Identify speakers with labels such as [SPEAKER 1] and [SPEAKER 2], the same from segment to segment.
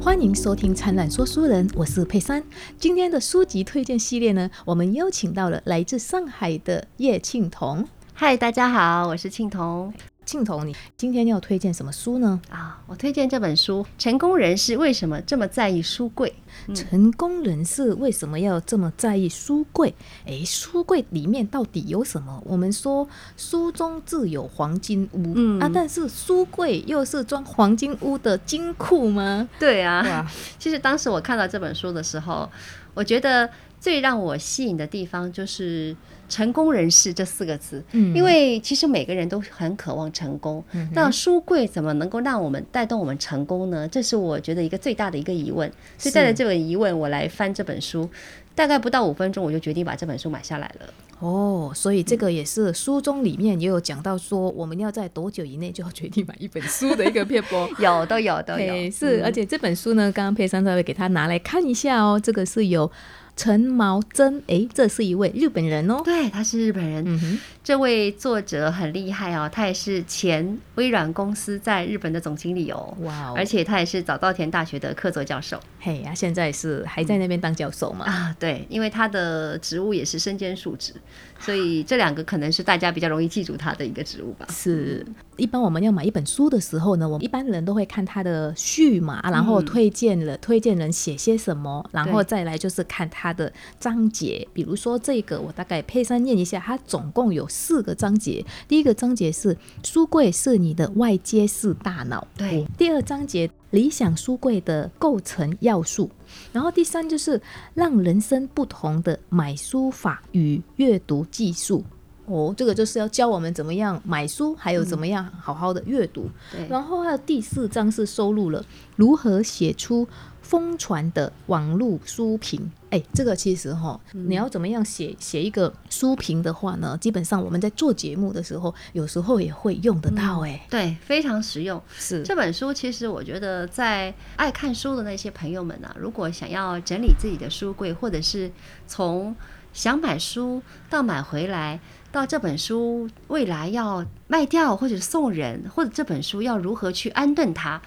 [SPEAKER 1] 欢迎收听《灿烂说书人》，我是佩珊。今天的书籍推荐系列呢，我们邀请到了来自上海的叶庆彤。
[SPEAKER 2] 嗨，大家好，我是庆彤
[SPEAKER 1] 庆彤，你今天要推荐什么书呢？
[SPEAKER 2] 啊。我推荐这本书《成功人士为什么这么在意书柜》。嗯
[SPEAKER 1] 成功人士为什么要这么在意书柜？诶，书柜里面到底有什么？我们说书中自有黄金屋、
[SPEAKER 2] 嗯
[SPEAKER 1] 啊，但是书柜又是装黄金屋的金库吗？
[SPEAKER 2] 对啊，
[SPEAKER 1] 哇，
[SPEAKER 2] 其实当时我看到这本书的时候，我觉得最让我吸引的地方就是“成功人士”这四个字，
[SPEAKER 1] 嗯
[SPEAKER 2] 因为其实每个人都很渴望成功。
[SPEAKER 1] 嗯哼
[SPEAKER 2] 那书柜怎么能够让我们带动我们成功呢？这是我觉得一个最大的一个疑问。所以带着这个疑问，我来翻这本书，大概不到五分钟，我就决定把这本书买下来了。
[SPEAKER 1] 哦，所以这个也是书中里面也有讲到说，我们要在多久以内就要决定买一本书的一个 片波。
[SPEAKER 2] 有都有都有
[SPEAKER 1] 对，，是，
[SPEAKER 2] 嗯
[SPEAKER 1] 而且这本书呢，刚刚佩珊稍微给他拿来看一下哦，这个是由陈毛真，诶，这是一位日本人哦。
[SPEAKER 2] 对，他是日本人。
[SPEAKER 1] 嗯哼，
[SPEAKER 2] 这位作者很厉害哦，他也是前微软公司在日本的总经理哦，
[SPEAKER 1] 哇哦，
[SPEAKER 2] 而且他也是早稻田大学的客座教授
[SPEAKER 1] 嘿呀、现在是还在那边当教授嘛？
[SPEAKER 2] 啊。对，因为他的职务也是身兼数职，所以这两个可能是大家比较容易记住他的一个职务吧。
[SPEAKER 1] 是，一般我们要买一本书的时候呢，我们一般人都会看它的序嘛，然后推荐了、推荐人写些什么，然后
[SPEAKER 2] 对
[SPEAKER 1] 再来就是看它的章节。比如说这个，我大概配上念一下，它总共有四个章节。第一个章节是书柜是你的外接式大脑，
[SPEAKER 2] 对，
[SPEAKER 1] 第二章节理想书柜的构成要素，然后第三就是让人生不同的买书法与阅读技术。哦，这个就是要教我们怎么样买书，还有怎么样好好的阅读。
[SPEAKER 2] 对，
[SPEAKER 1] 然后还有第四章是收录了如何写出疯传的网络书评。哎，这个其实哈、你要怎么样写写一个书评的话呢？基本上我们在做节目的时候，有时候也会用得到、哎、
[SPEAKER 2] 对，非常实用。
[SPEAKER 1] 是
[SPEAKER 2] 这本书其实我觉得，在爱看书的那些朋友们呢、如果想要整理自己的书柜，或者是从想买书到买回来，到这本书未来要卖掉或者送人，或者这本书要如何去安顿它，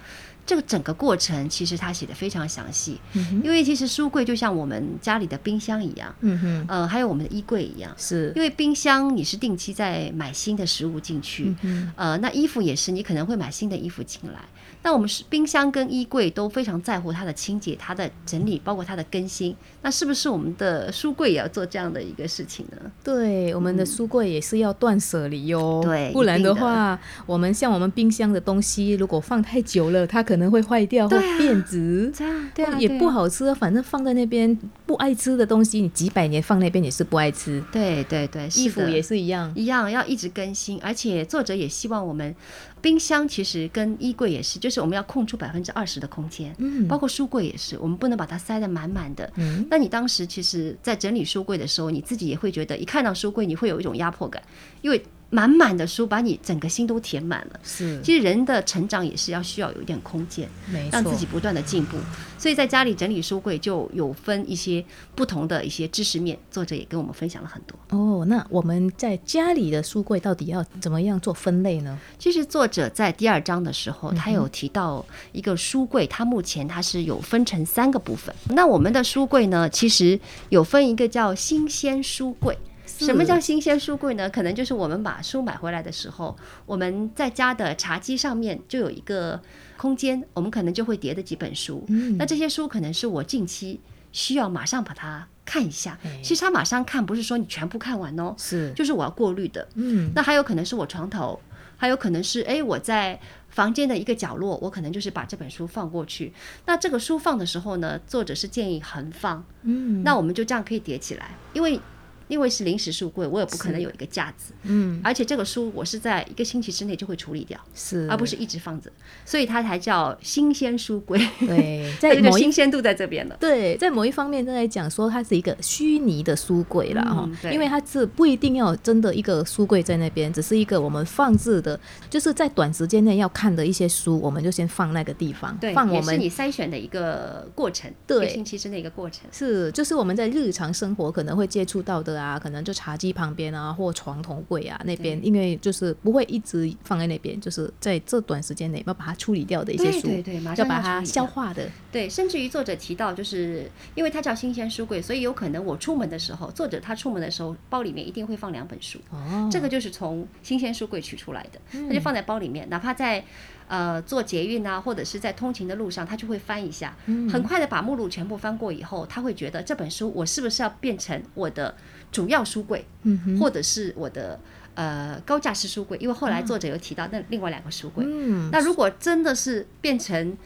[SPEAKER 2] 这个整个过程其实他写的非常详细。
[SPEAKER 1] 嗯哼
[SPEAKER 2] 因为其实书柜就像我们家里的冰箱一样，
[SPEAKER 1] 嗯哼，
[SPEAKER 2] 呃，还有我们的衣柜一样。
[SPEAKER 1] 是
[SPEAKER 2] 因为冰箱你是定期在买新的食物进去，
[SPEAKER 1] 嗯
[SPEAKER 2] 呃，那衣服也是，你可能会买新的衣服进来。那我们是冰箱跟衣柜都非常在乎它的清洁、它的整理，包括它的更新。那是不是我们的书柜也要做这样的一个事情呢？
[SPEAKER 1] 对，我们的书柜也是要断舍离哦。
[SPEAKER 2] 嗯对
[SPEAKER 1] 不然
[SPEAKER 2] 一定的
[SPEAKER 1] 话，我们像我们冰箱的东西，如果放太久了，它可能会坏掉或
[SPEAKER 2] 对啊
[SPEAKER 1] 变质。
[SPEAKER 2] 这样
[SPEAKER 1] 对啊，也不。好吃啊。反正放在那边不爱吃的东西，你几百年放那边也是不爱吃。
[SPEAKER 2] 对对对，是
[SPEAKER 1] 衣服
[SPEAKER 2] 的
[SPEAKER 1] 也是一样。
[SPEAKER 2] 一样要一直更新，而且作者也希望我们冰箱其实跟衣柜也是，就是我们要空出百分之二十的空间，
[SPEAKER 1] 嗯
[SPEAKER 2] 包括书柜也是，我们不能把它塞得满满的。
[SPEAKER 1] 嗯，
[SPEAKER 2] 那你当时其实，在整理书柜的时候，你自己也会觉得，一看到书柜，你会有一种压迫感，因为满满的书把你整个心都填满了。
[SPEAKER 1] 是，
[SPEAKER 2] 其实人的成长也是要需要有一点空间，
[SPEAKER 1] 没
[SPEAKER 2] 让
[SPEAKER 1] 错
[SPEAKER 2] 自。己不断的进步。所以在家里整理书柜就有分一些不同的一些知识面，作者也跟我们分享了很多。
[SPEAKER 1] 哦，那我们在家里的书柜到底要怎么样做分类呢？
[SPEAKER 2] 其实作者在第二章的时候，他有提到一个书柜，它目前它是有分成三个部分。那我们的书柜呢，其实有分一个叫新鲜书柜。什么叫新鲜书柜呢？可能就是我们把书买回来的时候，我们在家的茶几上面就有一个空间，我们可能就会叠的几本书。
[SPEAKER 1] 嗯
[SPEAKER 2] 那这些书可能是我近期需要马上把它看一下
[SPEAKER 1] 哎。
[SPEAKER 2] 其实它马上看不是说你全部看完哦，
[SPEAKER 1] 是，
[SPEAKER 2] 就是我要过滤的。
[SPEAKER 1] 嗯
[SPEAKER 2] 那还有可能是我床头，还有可能是诶我在房间的一个角落，我可能就是把这本书放过去。那这个书放的时候呢，作者是建议横放，
[SPEAKER 1] 嗯
[SPEAKER 2] 那我们就这样可以叠起来，因为因为是临时书柜，我也不可能
[SPEAKER 1] 是
[SPEAKER 2] 有一个架子，
[SPEAKER 1] 嗯
[SPEAKER 2] 而且这个书我是在一个星期之内就会处理掉，
[SPEAKER 1] 是，
[SPEAKER 2] 啊而不是一直放着，所以它才叫新鲜书柜，
[SPEAKER 1] 对，
[SPEAKER 2] 它
[SPEAKER 1] 在
[SPEAKER 2] 这个
[SPEAKER 1] 某一
[SPEAKER 2] 新鲜度在这边了。
[SPEAKER 1] 对，在某一方面正在讲说它是一个虚拟的书柜啦，哈、
[SPEAKER 2] 嗯对
[SPEAKER 1] 因为它是不一定要有真的一个书柜在那边，只是一个我们放置的，就是在短时间内要看的一些书，我们就先放那个地方，
[SPEAKER 2] 对，
[SPEAKER 1] 放我
[SPEAKER 2] 也是
[SPEAKER 1] 们
[SPEAKER 2] 你筛选的一个过程，一
[SPEAKER 1] 对
[SPEAKER 2] 个星期之内一个过程。
[SPEAKER 1] 是，就是我们在日常生活可能会接触到的的啊，可能就茶几旁边啊，或床头柜啊那边，
[SPEAKER 2] 对
[SPEAKER 1] 因为就是不会一直放在那边，就是在这短时间内要把它处理掉的一些
[SPEAKER 2] 对
[SPEAKER 1] 书，
[SPEAKER 2] 对对马上
[SPEAKER 1] 要把
[SPEAKER 2] 要处
[SPEAKER 1] 它
[SPEAKER 2] 理
[SPEAKER 1] 消
[SPEAKER 2] 掉
[SPEAKER 1] 化的。
[SPEAKER 2] 对，甚至于作者提到，就是因为它叫新鲜书柜，所以有可能我出门的时候，作者他出门的时候，包里面一定会放两本书。
[SPEAKER 1] 哦嗯
[SPEAKER 2] 这个就是从新鲜书柜取出来的，他就放在包里面，哪怕在呃坐捷运啊，或者是在通勤的路上，他就会翻一下，
[SPEAKER 1] 嗯
[SPEAKER 2] 很快的把目录全部翻过以后，他会觉得这本书我是不是要变成我的主要书柜，
[SPEAKER 1] 嗯
[SPEAKER 2] 或者是我的呃高架式书柜？因为后来作者有提到那另外两个书柜，
[SPEAKER 1] 哦嗯，
[SPEAKER 2] 那如果真的是变成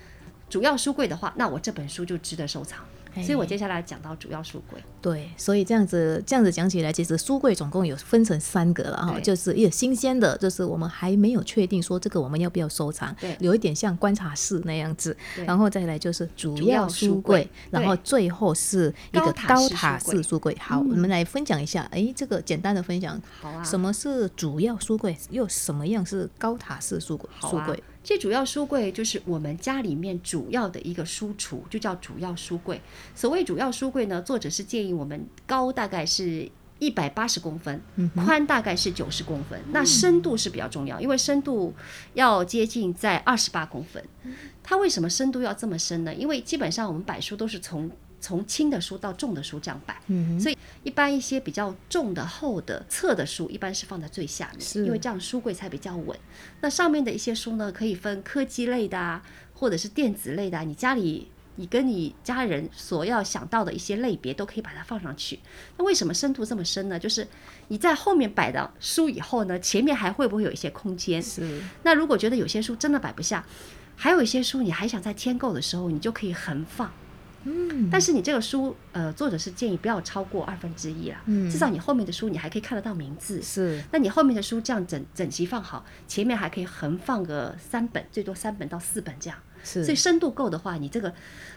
[SPEAKER 2] 主要书柜的话，那我这本书就值得收藏。
[SPEAKER 1] 哎
[SPEAKER 2] 所以我接下来讲到主要书柜。
[SPEAKER 1] 对，所以这样子这样子讲起来，其实书柜总共有分成三个了哈，
[SPEAKER 2] 对
[SPEAKER 1] 就是也新鲜的，就是我们还没有确定说这个我们要不要收藏，
[SPEAKER 2] 对
[SPEAKER 1] 有一点像观察室那样子，
[SPEAKER 2] 对
[SPEAKER 1] 然后再来就是主
[SPEAKER 2] 主
[SPEAKER 1] 要
[SPEAKER 2] 要
[SPEAKER 1] 书
[SPEAKER 2] 书柜
[SPEAKER 1] 柜，然后最后是一个
[SPEAKER 2] 高塔
[SPEAKER 1] 高
[SPEAKER 2] 式
[SPEAKER 1] 塔
[SPEAKER 2] 书柜嗯
[SPEAKER 1] 式书柜。好，我们来分享一下，诶，这个简单的分享，
[SPEAKER 2] 好啊
[SPEAKER 1] 什么是主要书柜，又什么样是高塔式书柜？
[SPEAKER 2] 好
[SPEAKER 1] 书
[SPEAKER 2] 啊
[SPEAKER 1] 柜，，
[SPEAKER 2] 这主要书柜就是我们家里面主要的一个书橱，就叫主要书柜。所谓主要书柜呢，作者是建议我们高大概是。一百八十公分，
[SPEAKER 1] 嗯
[SPEAKER 2] 宽大概是九十公分，那深度是比较重要，因为深度要接近在二十八公分。它为什么深度要这么深呢？因为基本上我们摆书都是从从轻的书到重的书这样摆，
[SPEAKER 1] 嗯
[SPEAKER 2] 所以一般一些比较重的、厚的、侧的书一般是放在最下
[SPEAKER 1] 是
[SPEAKER 2] 面，因为这样书柜才比较稳。那上面的一些书呢，可以分科技类的啊，或者是电子类的、啊，你家里。你跟你家人所要想到的一些类别都可以把它放上去。那为什么深度这么深呢？就是你在后面摆的书以后呢，前面还会不会有一些空间？
[SPEAKER 1] 是
[SPEAKER 2] 那如果觉得有些书真的摆不下，还有一些书你还想在添购的时候，你就可以横放。嗯，但是你这个书，呃，作者是建议不要超过二分之一啦，
[SPEAKER 1] 嗯
[SPEAKER 2] 至少你后面的书你还可以看得到名字。
[SPEAKER 1] 是，
[SPEAKER 2] 那你后面的书这样整整齐放好，前面还可以横放个三本，最多三本到四本这样。
[SPEAKER 1] 是
[SPEAKER 2] 所以深度够的话，你这个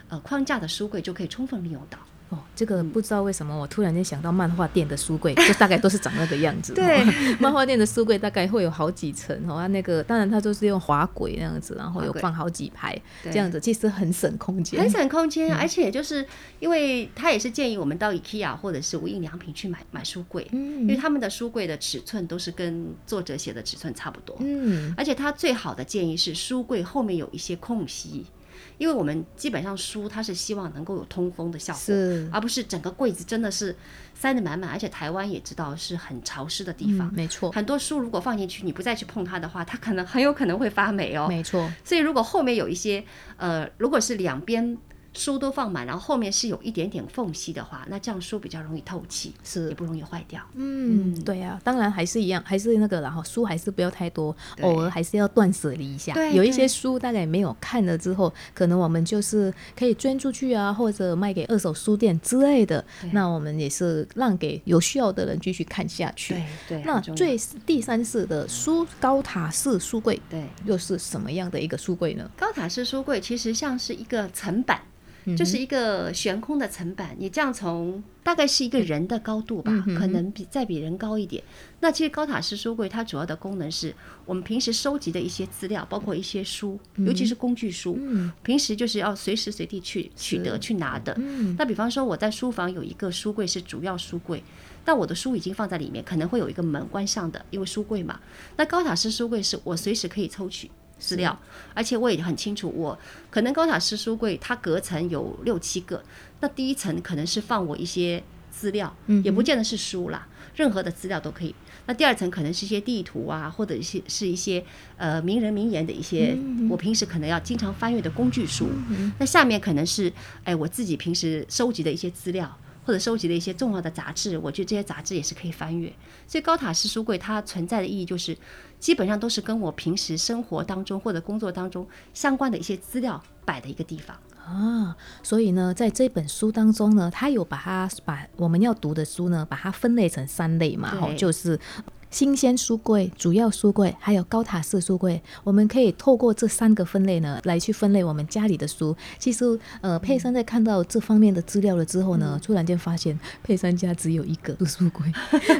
[SPEAKER 2] 呃框架的书柜就可以充分利用到。
[SPEAKER 1] 哦，这个不知道为什么，我突然间想到漫画店的书柜，就大概都是长那个样子。
[SPEAKER 2] 对
[SPEAKER 1] 哦， 漫画店的书柜大概会有好几层哦，啊那个当然它就是用滑轨那样子，然后有
[SPEAKER 2] 滑轨
[SPEAKER 1] 放好几排
[SPEAKER 2] 对
[SPEAKER 1] 这样子，其实很省空间。
[SPEAKER 2] 很省空间，啊而且就是因为他也是建议我们到 IKEA 或者是无印良品去买买书
[SPEAKER 1] 嗯
[SPEAKER 2] 柜，因为他们的书柜的尺寸都是跟作者写的尺寸差不多。
[SPEAKER 1] 嗯，
[SPEAKER 2] 而且他最好的建议是书柜后面有一些空隙，因为我们基本上书它是希望能够有通风的效果，
[SPEAKER 1] 是
[SPEAKER 2] 而不是整个柜子真的是塞得满满。而且台湾也知道是很潮湿的地方
[SPEAKER 1] 嗯，没错，
[SPEAKER 2] 很多书如果放进去，你不再去碰它的话，它可能很有可能会发霉哦。
[SPEAKER 1] 没错，
[SPEAKER 2] 所以如果后面有一些呃，如果是两边书都放满，然后后面是有一点点缝隙的话，那这样书比较容易透气，
[SPEAKER 1] 是
[SPEAKER 2] 也不容易坏掉。
[SPEAKER 1] 嗯，对啊，当然还是一样，还是那个啦，然后书还是不要太多，
[SPEAKER 2] 对
[SPEAKER 1] 偶尔还是要断舍离一下。
[SPEAKER 2] 对
[SPEAKER 1] 有一
[SPEAKER 2] 对
[SPEAKER 1] 些书大概没有看了之后，可能我们就是可以捐出去啊，或者卖给二手书店之类的。那我们也是让给有需要的人继续看下去。
[SPEAKER 2] 对
[SPEAKER 1] 那
[SPEAKER 2] 很重要
[SPEAKER 1] 最第三式的书高塔式书柜
[SPEAKER 2] 对
[SPEAKER 1] 又是什么样的一个书柜呢？
[SPEAKER 2] 高塔式书柜其实像是一个层板。就是一个悬空的层板，你这样从大概是一个人的高度吧，可能比再比人高一点。那其实高塔式书柜它主要的功能是我们平时收集的一些资料，包括一些书，尤其是工具书，平时就是要随时随地去取得去拿的。那比方说我在书房有一个书柜是主要书柜，但我的书已经放在里面，可能会有一个门关上的，因为书柜嘛。那高塔式书柜是我随时可以抽取资料，而且我也很清楚我，可能高塔式书柜它隔层有六七个，那第一层可能是放我一些资料，也不见得是书啦，任何的资料都可以。那第二层可能是一些地图啊，或者是是一些呃名人名言的一些，我平时可能要经常翻阅的工具书。那下面可能是哎我自己平时收集的一些资料。或者收集的一些重要的杂志，我觉得这些杂志也是可以翻阅。所以高塔式书柜它存在的意义就是，基本上都是跟我平时生活当中或者工作当中相关的一些资料摆的一个地方。
[SPEAKER 1] 啊，所以呢，在这本书当中呢，它有把它把我们要读的书呢，把它分类成三类嘛，
[SPEAKER 2] 对
[SPEAKER 1] 吼，就是新鲜书柜、主要书柜，还有高塔式书柜，我们可以透过这三个分类呢，来去分类我们家里的书。其实，呃，佩珊在看到这方面的资料了之后呢，突然间发现佩珊家只有一个读书柜，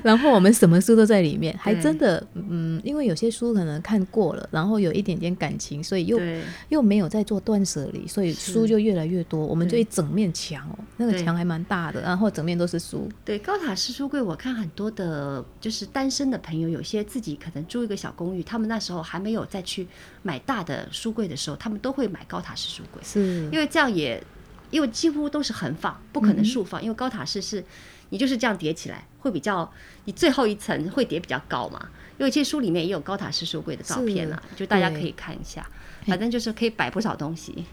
[SPEAKER 1] 然后我们什么书都在里面，还真的，嗯，因为有些书可能看过了，然后有一点点感情，所以又
[SPEAKER 2] 对
[SPEAKER 1] 又没有在做断舍离，所以
[SPEAKER 2] 是
[SPEAKER 1] 书就越来越多，我们就
[SPEAKER 2] 对
[SPEAKER 1] 一整面墙哦，那个
[SPEAKER 2] 对
[SPEAKER 1] 墙还蛮大的，然后整面都是书。
[SPEAKER 2] 对，高塔式书柜，我看很多的，就是单身的朋友，有些自己可能住一个小公寓，他们那时候还没有再去买大的书柜的时候，他们都会买高塔式书柜，
[SPEAKER 1] 是
[SPEAKER 2] 因为这样也，因为几乎都是横放，不可能
[SPEAKER 1] 嗯
[SPEAKER 2] 竖放，因为高塔式是，你就是这样叠起来，会比较，你最后一层会叠比较高嘛。因为其实书里面也有高塔式书柜的照片啊，就大家可
[SPEAKER 1] 对
[SPEAKER 2] 以看一下，反正就是可以摆不少东西。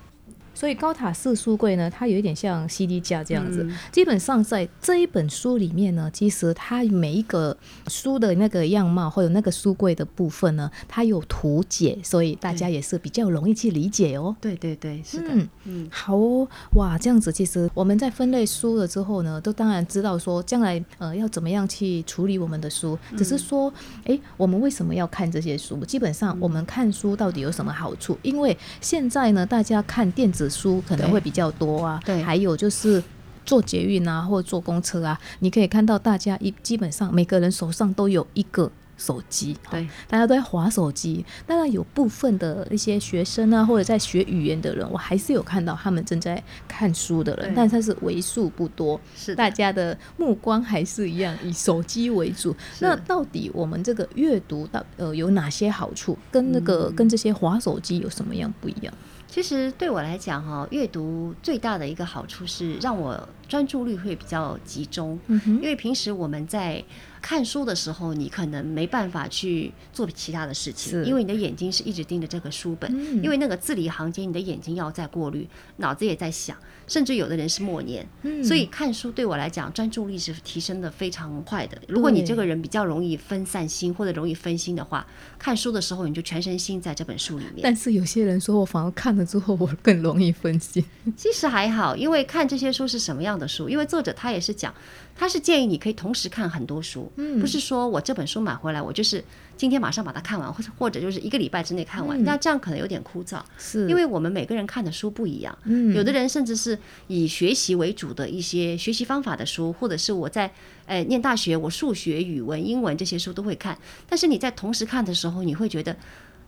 [SPEAKER 1] 所以高塔式书柜呢，它有一点像 CD 架这样子。
[SPEAKER 2] 嗯
[SPEAKER 1] 基本上在这一本书里面呢，其实它每一个书的那个样貌或者那个书柜的部分呢，它有图解，所以大家也是比较容易去理解哦。
[SPEAKER 2] 对对对，是的，
[SPEAKER 1] 嗯，
[SPEAKER 2] 嗯
[SPEAKER 1] 好哦，哇，这样子其实我们在分类书了之后呢，都当然知道说将来呃要怎么样去处理我们的书，
[SPEAKER 2] 嗯
[SPEAKER 1] 只是说，诶，我们为什么要看这些书？基本上我们看书到底有什么好处？因为现在呢，大家看电子书可能
[SPEAKER 2] 对
[SPEAKER 1] 会比较多啊，
[SPEAKER 2] 对
[SPEAKER 1] 还有就是。坐捷运啊，或者坐公车啊，你可以看到大家一基本上每个人手上都有一个手机，
[SPEAKER 2] 对
[SPEAKER 1] 大家都在划手机。当然，有部分的一些学生啊，或者在学语言的人，我还是有看到他们正在看书的人
[SPEAKER 2] 对，
[SPEAKER 1] 但是他是为数不多。
[SPEAKER 2] 是
[SPEAKER 1] 大
[SPEAKER 2] 的，
[SPEAKER 1] 家的目光还是一样以手机为主。
[SPEAKER 2] 是
[SPEAKER 1] 那到底我们这个阅读到呃有哪些好处？跟那个、
[SPEAKER 2] 嗯
[SPEAKER 1] 跟这些划手机有什么样不一样？
[SPEAKER 2] 其实对我来讲哈、阅读最大的一个好处是让我专注力会比较集中。
[SPEAKER 1] 嗯
[SPEAKER 2] 因
[SPEAKER 1] 哼，
[SPEAKER 2] 为平时我们在看书的时候，你可能没办法去做其他的事情，
[SPEAKER 1] 是
[SPEAKER 2] 因为你的眼睛是一直盯着这个书本，
[SPEAKER 1] 嗯
[SPEAKER 2] 因为那个字里行间，你的眼睛要在过滤，脑子也在想，甚至有的人是默念，
[SPEAKER 1] 嗯
[SPEAKER 2] 所以看书对我来讲，专注力是提升的非常快的。如果你这个人比较容易分散心或者容易分心的话，看书的时候你就全身心在这本书里面。
[SPEAKER 1] 但是有些人说我反而看了之后我更容易分心。
[SPEAKER 2] 其实还好，因为看这些书是什么样的书，因为作者他也是讲，他是建议你可以同时看很多书，
[SPEAKER 1] 嗯
[SPEAKER 2] 不是说我这本书买回来，我就是今天马上把它看完，或者或者就是一个礼拜之内看完，那这样可能有点枯燥，
[SPEAKER 1] 是
[SPEAKER 2] 因为我们每个人看的书不一样，
[SPEAKER 1] 嗯
[SPEAKER 2] 有的人甚至是以学习为主的一些学习方法的书，或者是我在呃念大学，我数学、语文、英文这些书都会看，但是你在同时看的时候，你会觉得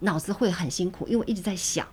[SPEAKER 2] 脑子会很辛苦，因为我一直在想，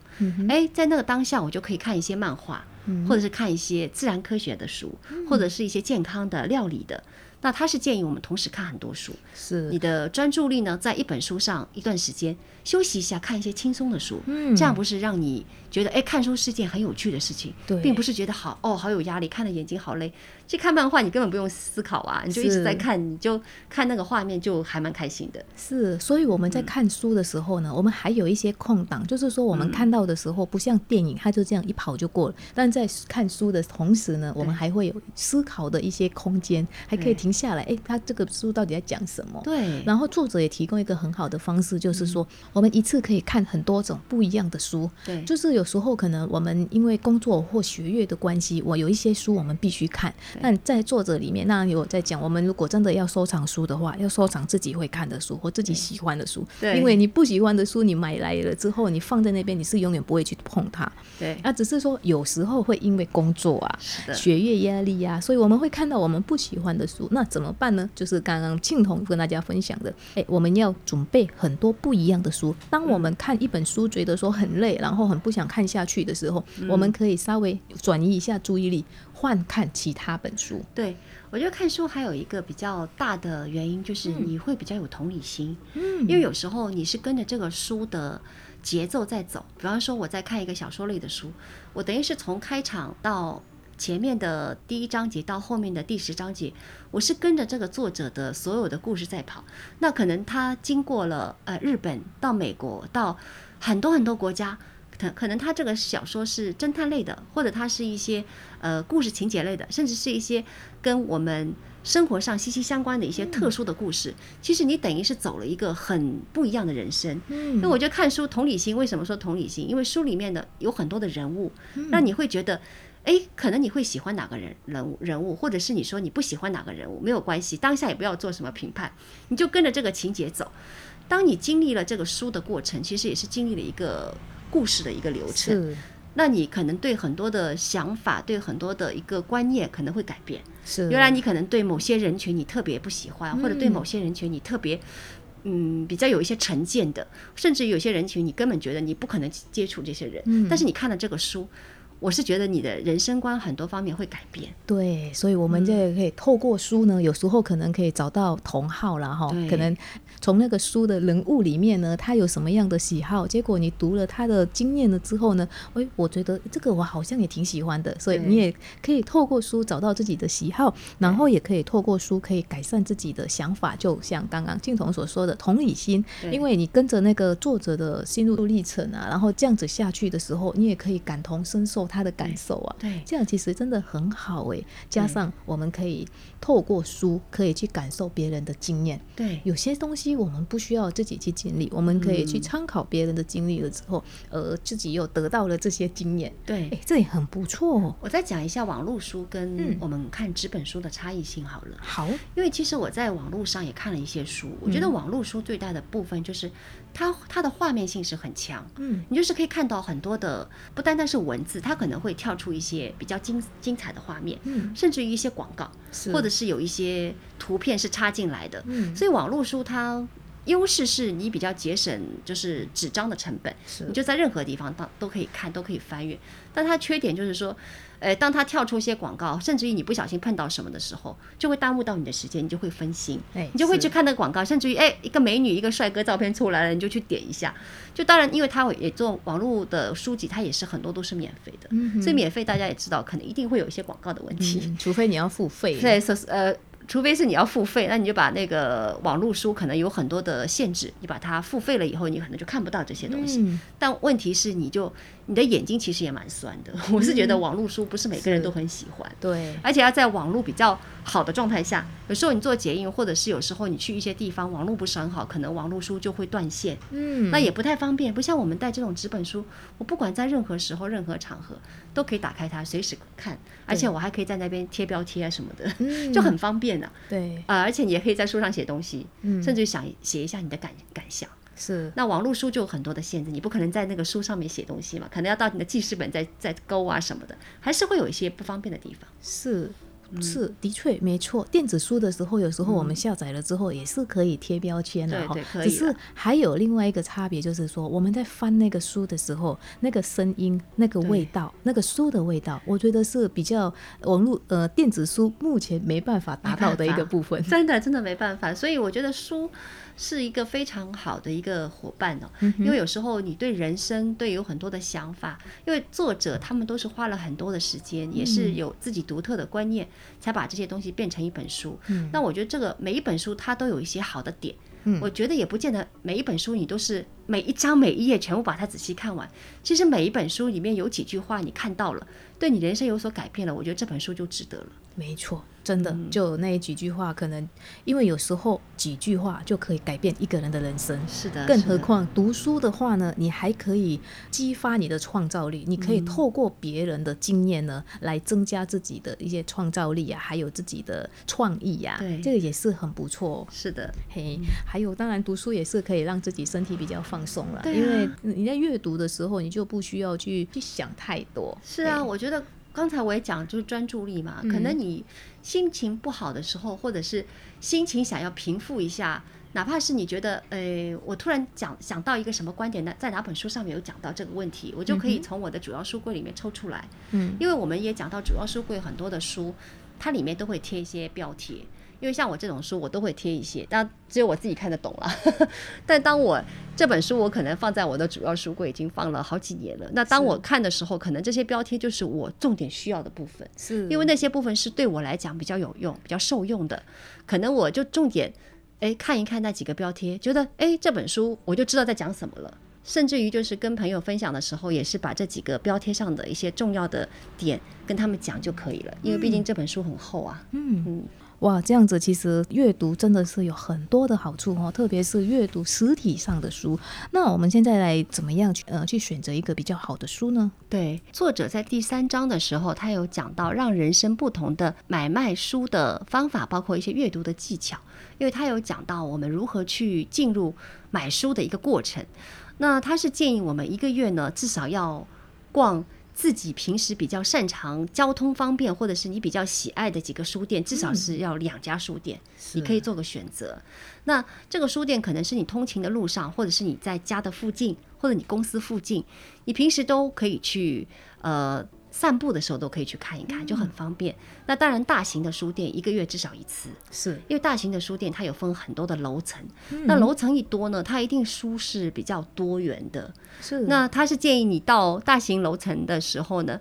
[SPEAKER 2] 哎、在那个当下我就可以看一些漫画，或者是看一些自然科学的书，或者是一些健康的、料理的。那他是建议我们同时看很多书，
[SPEAKER 1] 是
[SPEAKER 2] 你的专注力呢，在一本书上一段时间休息一下，看一些轻松的书，
[SPEAKER 1] 嗯
[SPEAKER 2] 这样不是让你觉得哎，看书是件很有趣的事情，
[SPEAKER 1] 对
[SPEAKER 2] 并不是觉得好哦，好有压力，看的眼睛好累。去看漫画，你根本不用思考啊，你就一直
[SPEAKER 1] 是
[SPEAKER 2] 在看，你就看那个画面，就还蛮开心的。
[SPEAKER 1] 是，所以我们在看书的时候呢，我们还有一些空档，就是说我们看到的时候，不像电影，它就这样一跑就过了。但在看书的同时呢，我们
[SPEAKER 2] 对
[SPEAKER 1] 还会有思考的一些空间，还可
[SPEAKER 2] 对
[SPEAKER 1] 以停下来，诶，哎他这个书到底在讲什么？
[SPEAKER 2] 对，
[SPEAKER 1] 然后作者也提供一个很好的方式，就是说、我们一次可以看很多种不一样的书。
[SPEAKER 2] 对
[SPEAKER 1] 就是有时候可能我们因为工作或学业的关系，我有一些书我们必须看。但在作者里面，那有在讲，我们如果真的要收藏书的话，要收藏自己会看的书或自己喜欢的书。
[SPEAKER 2] 对
[SPEAKER 1] 因为你不喜欢的书，你买来了之后，你放在那边，你是永远不会去碰它。
[SPEAKER 2] 对，
[SPEAKER 1] 啊，只是说有时候会因为工作啊、
[SPEAKER 2] 是的，
[SPEAKER 1] 学业压力呀、所以我们会看到我们不喜欢的书，那怎么办呢？就是刚刚庆彤跟大家分享的，哎，我们要准备很多不一样的书。当我们看一本书觉得说很累，然后很不想看下去的时候，
[SPEAKER 2] 嗯
[SPEAKER 1] 我们可以稍微转移一下注意力，换看其他本书。
[SPEAKER 2] 对，我觉得看书还有一个比较大的原因，就是你会比较有同理心。嗯，因为有时候你是跟着这个书的节奏在走。比方说我在看一个小说类的书，我等于是从开场到前面的第一章节到后面的第十章节，我是跟着这个作者的所有的故事在跑。那可能他经过了呃日本到美国到很多很多国家。可可能他这个小说是侦探类的，或者它是一些呃故事情节类的，甚至是一些跟我们生活上息息相关的一些特殊的故事。其实你等于是走了一个很不一样的人生。
[SPEAKER 1] 嗯
[SPEAKER 2] 那我觉
[SPEAKER 1] 嗯
[SPEAKER 2] 得看书同理心，为什么说同理心？因为书里面的有很多的人物，让你会觉得，哎、诶，可能你会喜欢哪个人人物人物，或者是你说你不喜欢哪个人物，没有关系，当下也不要做什么评判，你就跟着这个情节走。当你经历了这个书的过程，其实也是经历了一个故事的一个流程。
[SPEAKER 1] 是
[SPEAKER 2] 那你可能对很多的想法，对很多的一个观念可能会改变。
[SPEAKER 1] 是，
[SPEAKER 2] 原来你可能对某些人群你特别不喜欢，或者对
[SPEAKER 1] 嗯
[SPEAKER 2] 某些人群你特别。嗯，比较有一些成见的，甚至有些人群，你根本觉得你不可能接触这些人。
[SPEAKER 1] 嗯
[SPEAKER 2] 但是你看了这个书，我是觉得你的人生观很多方面会改变。
[SPEAKER 1] 对，所以我们就
[SPEAKER 2] 嗯
[SPEAKER 1] 可以透过书呢，有时候可能可以找到同好啦，哈，
[SPEAKER 2] 对
[SPEAKER 1] 可能从那个书的人物里面呢，他有什么样的喜好，结果你读了他的经验了之后呢，哎，我觉得这个我好像也挺喜欢的，所以
[SPEAKER 2] 对嗯
[SPEAKER 1] 你也可以透过书找到自己的喜好，然后也可以透过书可以改善自己的想法，就像刚刚静彤所说的同理心，
[SPEAKER 2] 对
[SPEAKER 1] 因为你跟着那个作者的心路历程啊，然后这样子下去的时候，你也可以感同身受他的感受啊，
[SPEAKER 2] 对
[SPEAKER 1] 这样其实真的很好诶，加上我们可以透过书，可以去感受别人的经验。
[SPEAKER 2] 对
[SPEAKER 1] 有些东西我们不需要自己去经历，我们可以去
[SPEAKER 2] 嗯
[SPEAKER 1] 参考别人的经历了之后，呃，自己又得到了这些经验，
[SPEAKER 2] 对
[SPEAKER 1] 诶，，这也很不错哦。
[SPEAKER 2] 我再讲一下网络书
[SPEAKER 1] 哎嗯
[SPEAKER 2] 跟我们看纸本书的差异性好了。
[SPEAKER 1] 好，
[SPEAKER 2] 因为其实我在网络上也看了一些书，我
[SPEAKER 1] 嗯
[SPEAKER 2] 觉得网络书最大的部分就是它它的画面性是很强，
[SPEAKER 1] 嗯，
[SPEAKER 2] 你就是可以看到很多的，不单单是文字，它可能会跳出一些比较精精彩的画面，
[SPEAKER 1] 嗯，
[SPEAKER 2] 甚至于一些广告，
[SPEAKER 1] 是
[SPEAKER 2] 或者是有一些图片是插进来的，
[SPEAKER 1] 嗯，
[SPEAKER 2] 所以网络书它。优势是你比较节省，就是纸张的成本，
[SPEAKER 1] 是
[SPEAKER 2] 你就在任何地方当都可以看，都可以翻阅。但它缺点就是说，呃，当它跳出一些广告，甚至于你不小心碰到什么的时候，就会耽误到你的时间，你就会分心。
[SPEAKER 1] 哎，
[SPEAKER 2] 你就会
[SPEAKER 1] 是
[SPEAKER 2] 去看那个广告，甚至于哎，一个美女一个帅哥照片出来了，你就去点一下。就当然，因为它也做网络的书籍，它也是很多都是免费的，
[SPEAKER 1] 嗯哼
[SPEAKER 2] 所以免费大家也知道，可能一定会有一些广告的问题。
[SPEAKER 1] 嗯除非你要付费，
[SPEAKER 2] 对，所呃，除非是你要付费，那你就把那个网络书可能有很多的限制，你把它付费了以后，你可能就看不到这些东西。
[SPEAKER 1] 嗯，
[SPEAKER 2] 但问题是，你就你的眼睛其实也蛮酸的。我是觉得网络书不是每个人都很喜欢。
[SPEAKER 1] 对，
[SPEAKER 2] 而且要在网络比较好的状态下，有时候你做捷运，或者是有时候你去一些地方，网络不是很好，可能网络书就会断线，
[SPEAKER 1] 嗯，
[SPEAKER 2] 那也不太方便。不像我们带这种纸本书，我不管在任何时候、任何场合都可以打开它，随时看，而且我还可以在那边贴标贴啊什么的，
[SPEAKER 1] 嗯
[SPEAKER 2] 就很方便的、啊。
[SPEAKER 1] 对，
[SPEAKER 2] 而且你也可以在书上写东西，
[SPEAKER 1] 嗯
[SPEAKER 2] 甚至想写一下你的感感想。
[SPEAKER 1] 是
[SPEAKER 2] 那网络书就有很多的限制，你不可能在那个书上面写东西嘛，可能要到你的记事本再再勾啊什么的，还是会有一些不方便的地方。
[SPEAKER 1] 是。
[SPEAKER 2] 嗯
[SPEAKER 1] 是，的确没错。电子书的时候，有时候我们下载了之后也是可以贴标签的
[SPEAKER 2] 对
[SPEAKER 1] 哈
[SPEAKER 2] 对。可
[SPEAKER 1] 只
[SPEAKER 2] 以啊
[SPEAKER 1] 是
[SPEAKER 2] 啦
[SPEAKER 1] 还有另外一个差别，就是说我们在翻那个书的时候，那个声音、那个味
[SPEAKER 2] 对
[SPEAKER 1] 道、那个书的味道，我觉得是比较网络呃电子书目前没办法达到的一
[SPEAKER 2] 没
[SPEAKER 1] 个
[SPEAKER 2] 办法
[SPEAKER 1] 部分。
[SPEAKER 2] 真的真的没办法，所以我觉得书是一个非常好的一个伙伴哦，因为有时候你对人生对有很多的想法，因为作者他们都是花了很多的时间，也是有自己独特的观念，才把这些东西变成一本书。那我觉得这个每一本书它都有一些好的点。我觉得也不见得每一本书你都是每一章每一页全部把它仔细看完。其实每一本书里面有几句话你看到了，对你人生有所改变了，我觉得这本书就值得了。
[SPEAKER 1] 没错，真的
[SPEAKER 2] 嗯
[SPEAKER 1] 就那几句话，可能因为有时候几句话就可以改变一个人的人生。
[SPEAKER 2] 啊是的
[SPEAKER 1] 更何况读书的话呢，你还可以激发你的创造力，你可
[SPEAKER 2] 嗯
[SPEAKER 1] 以透过别人的经验呢，来增加自己的一些创造力啊，还有自己的创意呀、
[SPEAKER 2] 对嗯
[SPEAKER 1] 这个也是很不错哦、
[SPEAKER 2] 是的，
[SPEAKER 1] 嘿，还有当然读书也是可以让自己身体比较放松了，
[SPEAKER 2] 对啊
[SPEAKER 1] 因为你在阅读的时候，你就不需要去去想太多。
[SPEAKER 2] 是啊，
[SPEAKER 1] 嘿，
[SPEAKER 2] 我觉得刚才我也讲，就是专注力嘛。可能你心情不好的时候，或者是心情想要平复一下，哪怕是你觉得，呃，我突然讲想到一个什么观点，那在哪本书上面有讲到这个问题，我就可以从我的主要书柜里面抽出来。
[SPEAKER 1] 嗯，
[SPEAKER 2] 因为我们也讲到主要书柜很多的书，它里面都会贴一些标贴。因为像我这种书，我都会贴一些，但只有我自己看得懂了。 但当我这本书，我可能放在我的主要书柜已经放了好几年了。那当我看的时候，可能这些标贴就是我重点需要的部分，
[SPEAKER 1] 是
[SPEAKER 2] 因为那些部分是对我来讲比较有用、比较受用的。可能我就重点哎看一看那几个标贴，觉得哎这本书我就知道在讲什么了。甚至于就是跟朋友分享的时候，也是把这几个标贴上的一些重要的点跟他们讲就可以了，因为毕竟这本书很厚啊。
[SPEAKER 1] 嗯，哇，这样子其实阅读真的是有很多的好处哦，特别是阅读实体上的书。那我们现在来怎么样去呃去选择一个比较好的书呢？
[SPEAKER 2] 对，作者在第三章的时候，他有讲到让人生不同的买卖书的方法，包括一些阅读的技巧，因为他有讲到我们如何去进入买书的一个过程。那他是建议我们一个月呢，至少要逛自己平时比较擅长、交通方便，或者是你比较喜爱的几个书店，至少是要两家书店，你可以做个选择。那这个书店可能是你通勤的路上，或者是你在家的附近，或者你公司附近，你平时都可以去呃散步的时候都可以去看一看，就很方便。那当然，大型的书店一个月至少一次，
[SPEAKER 1] 是
[SPEAKER 2] 因为大型的书店它有分很多的楼层，那楼层一多呢，它一定书是比较多元的。
[SPEAKER 1] 是
[SPEAKER 2] 那他是建议你到大型楼层的时候呢，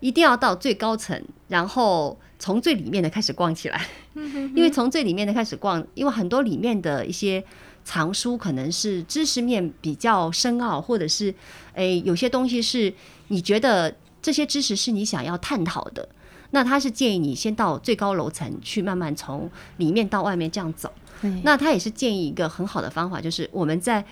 [SPEAKER 2] 一定要到最高层，然后从最里面的开始逛起来，因为从最里面的开始逛，因为很多里面的一些藏书可能是知识面比较深奥，或者是诶有些东西是你觉得这些知识是你想要探讨的。那他是建议你先到最高楼层去，慢慢从里面到外面这样走。
[SPEAKER 1] 对
[SPEAKER 2] 那他也是建议一个很好的方法，就是我们在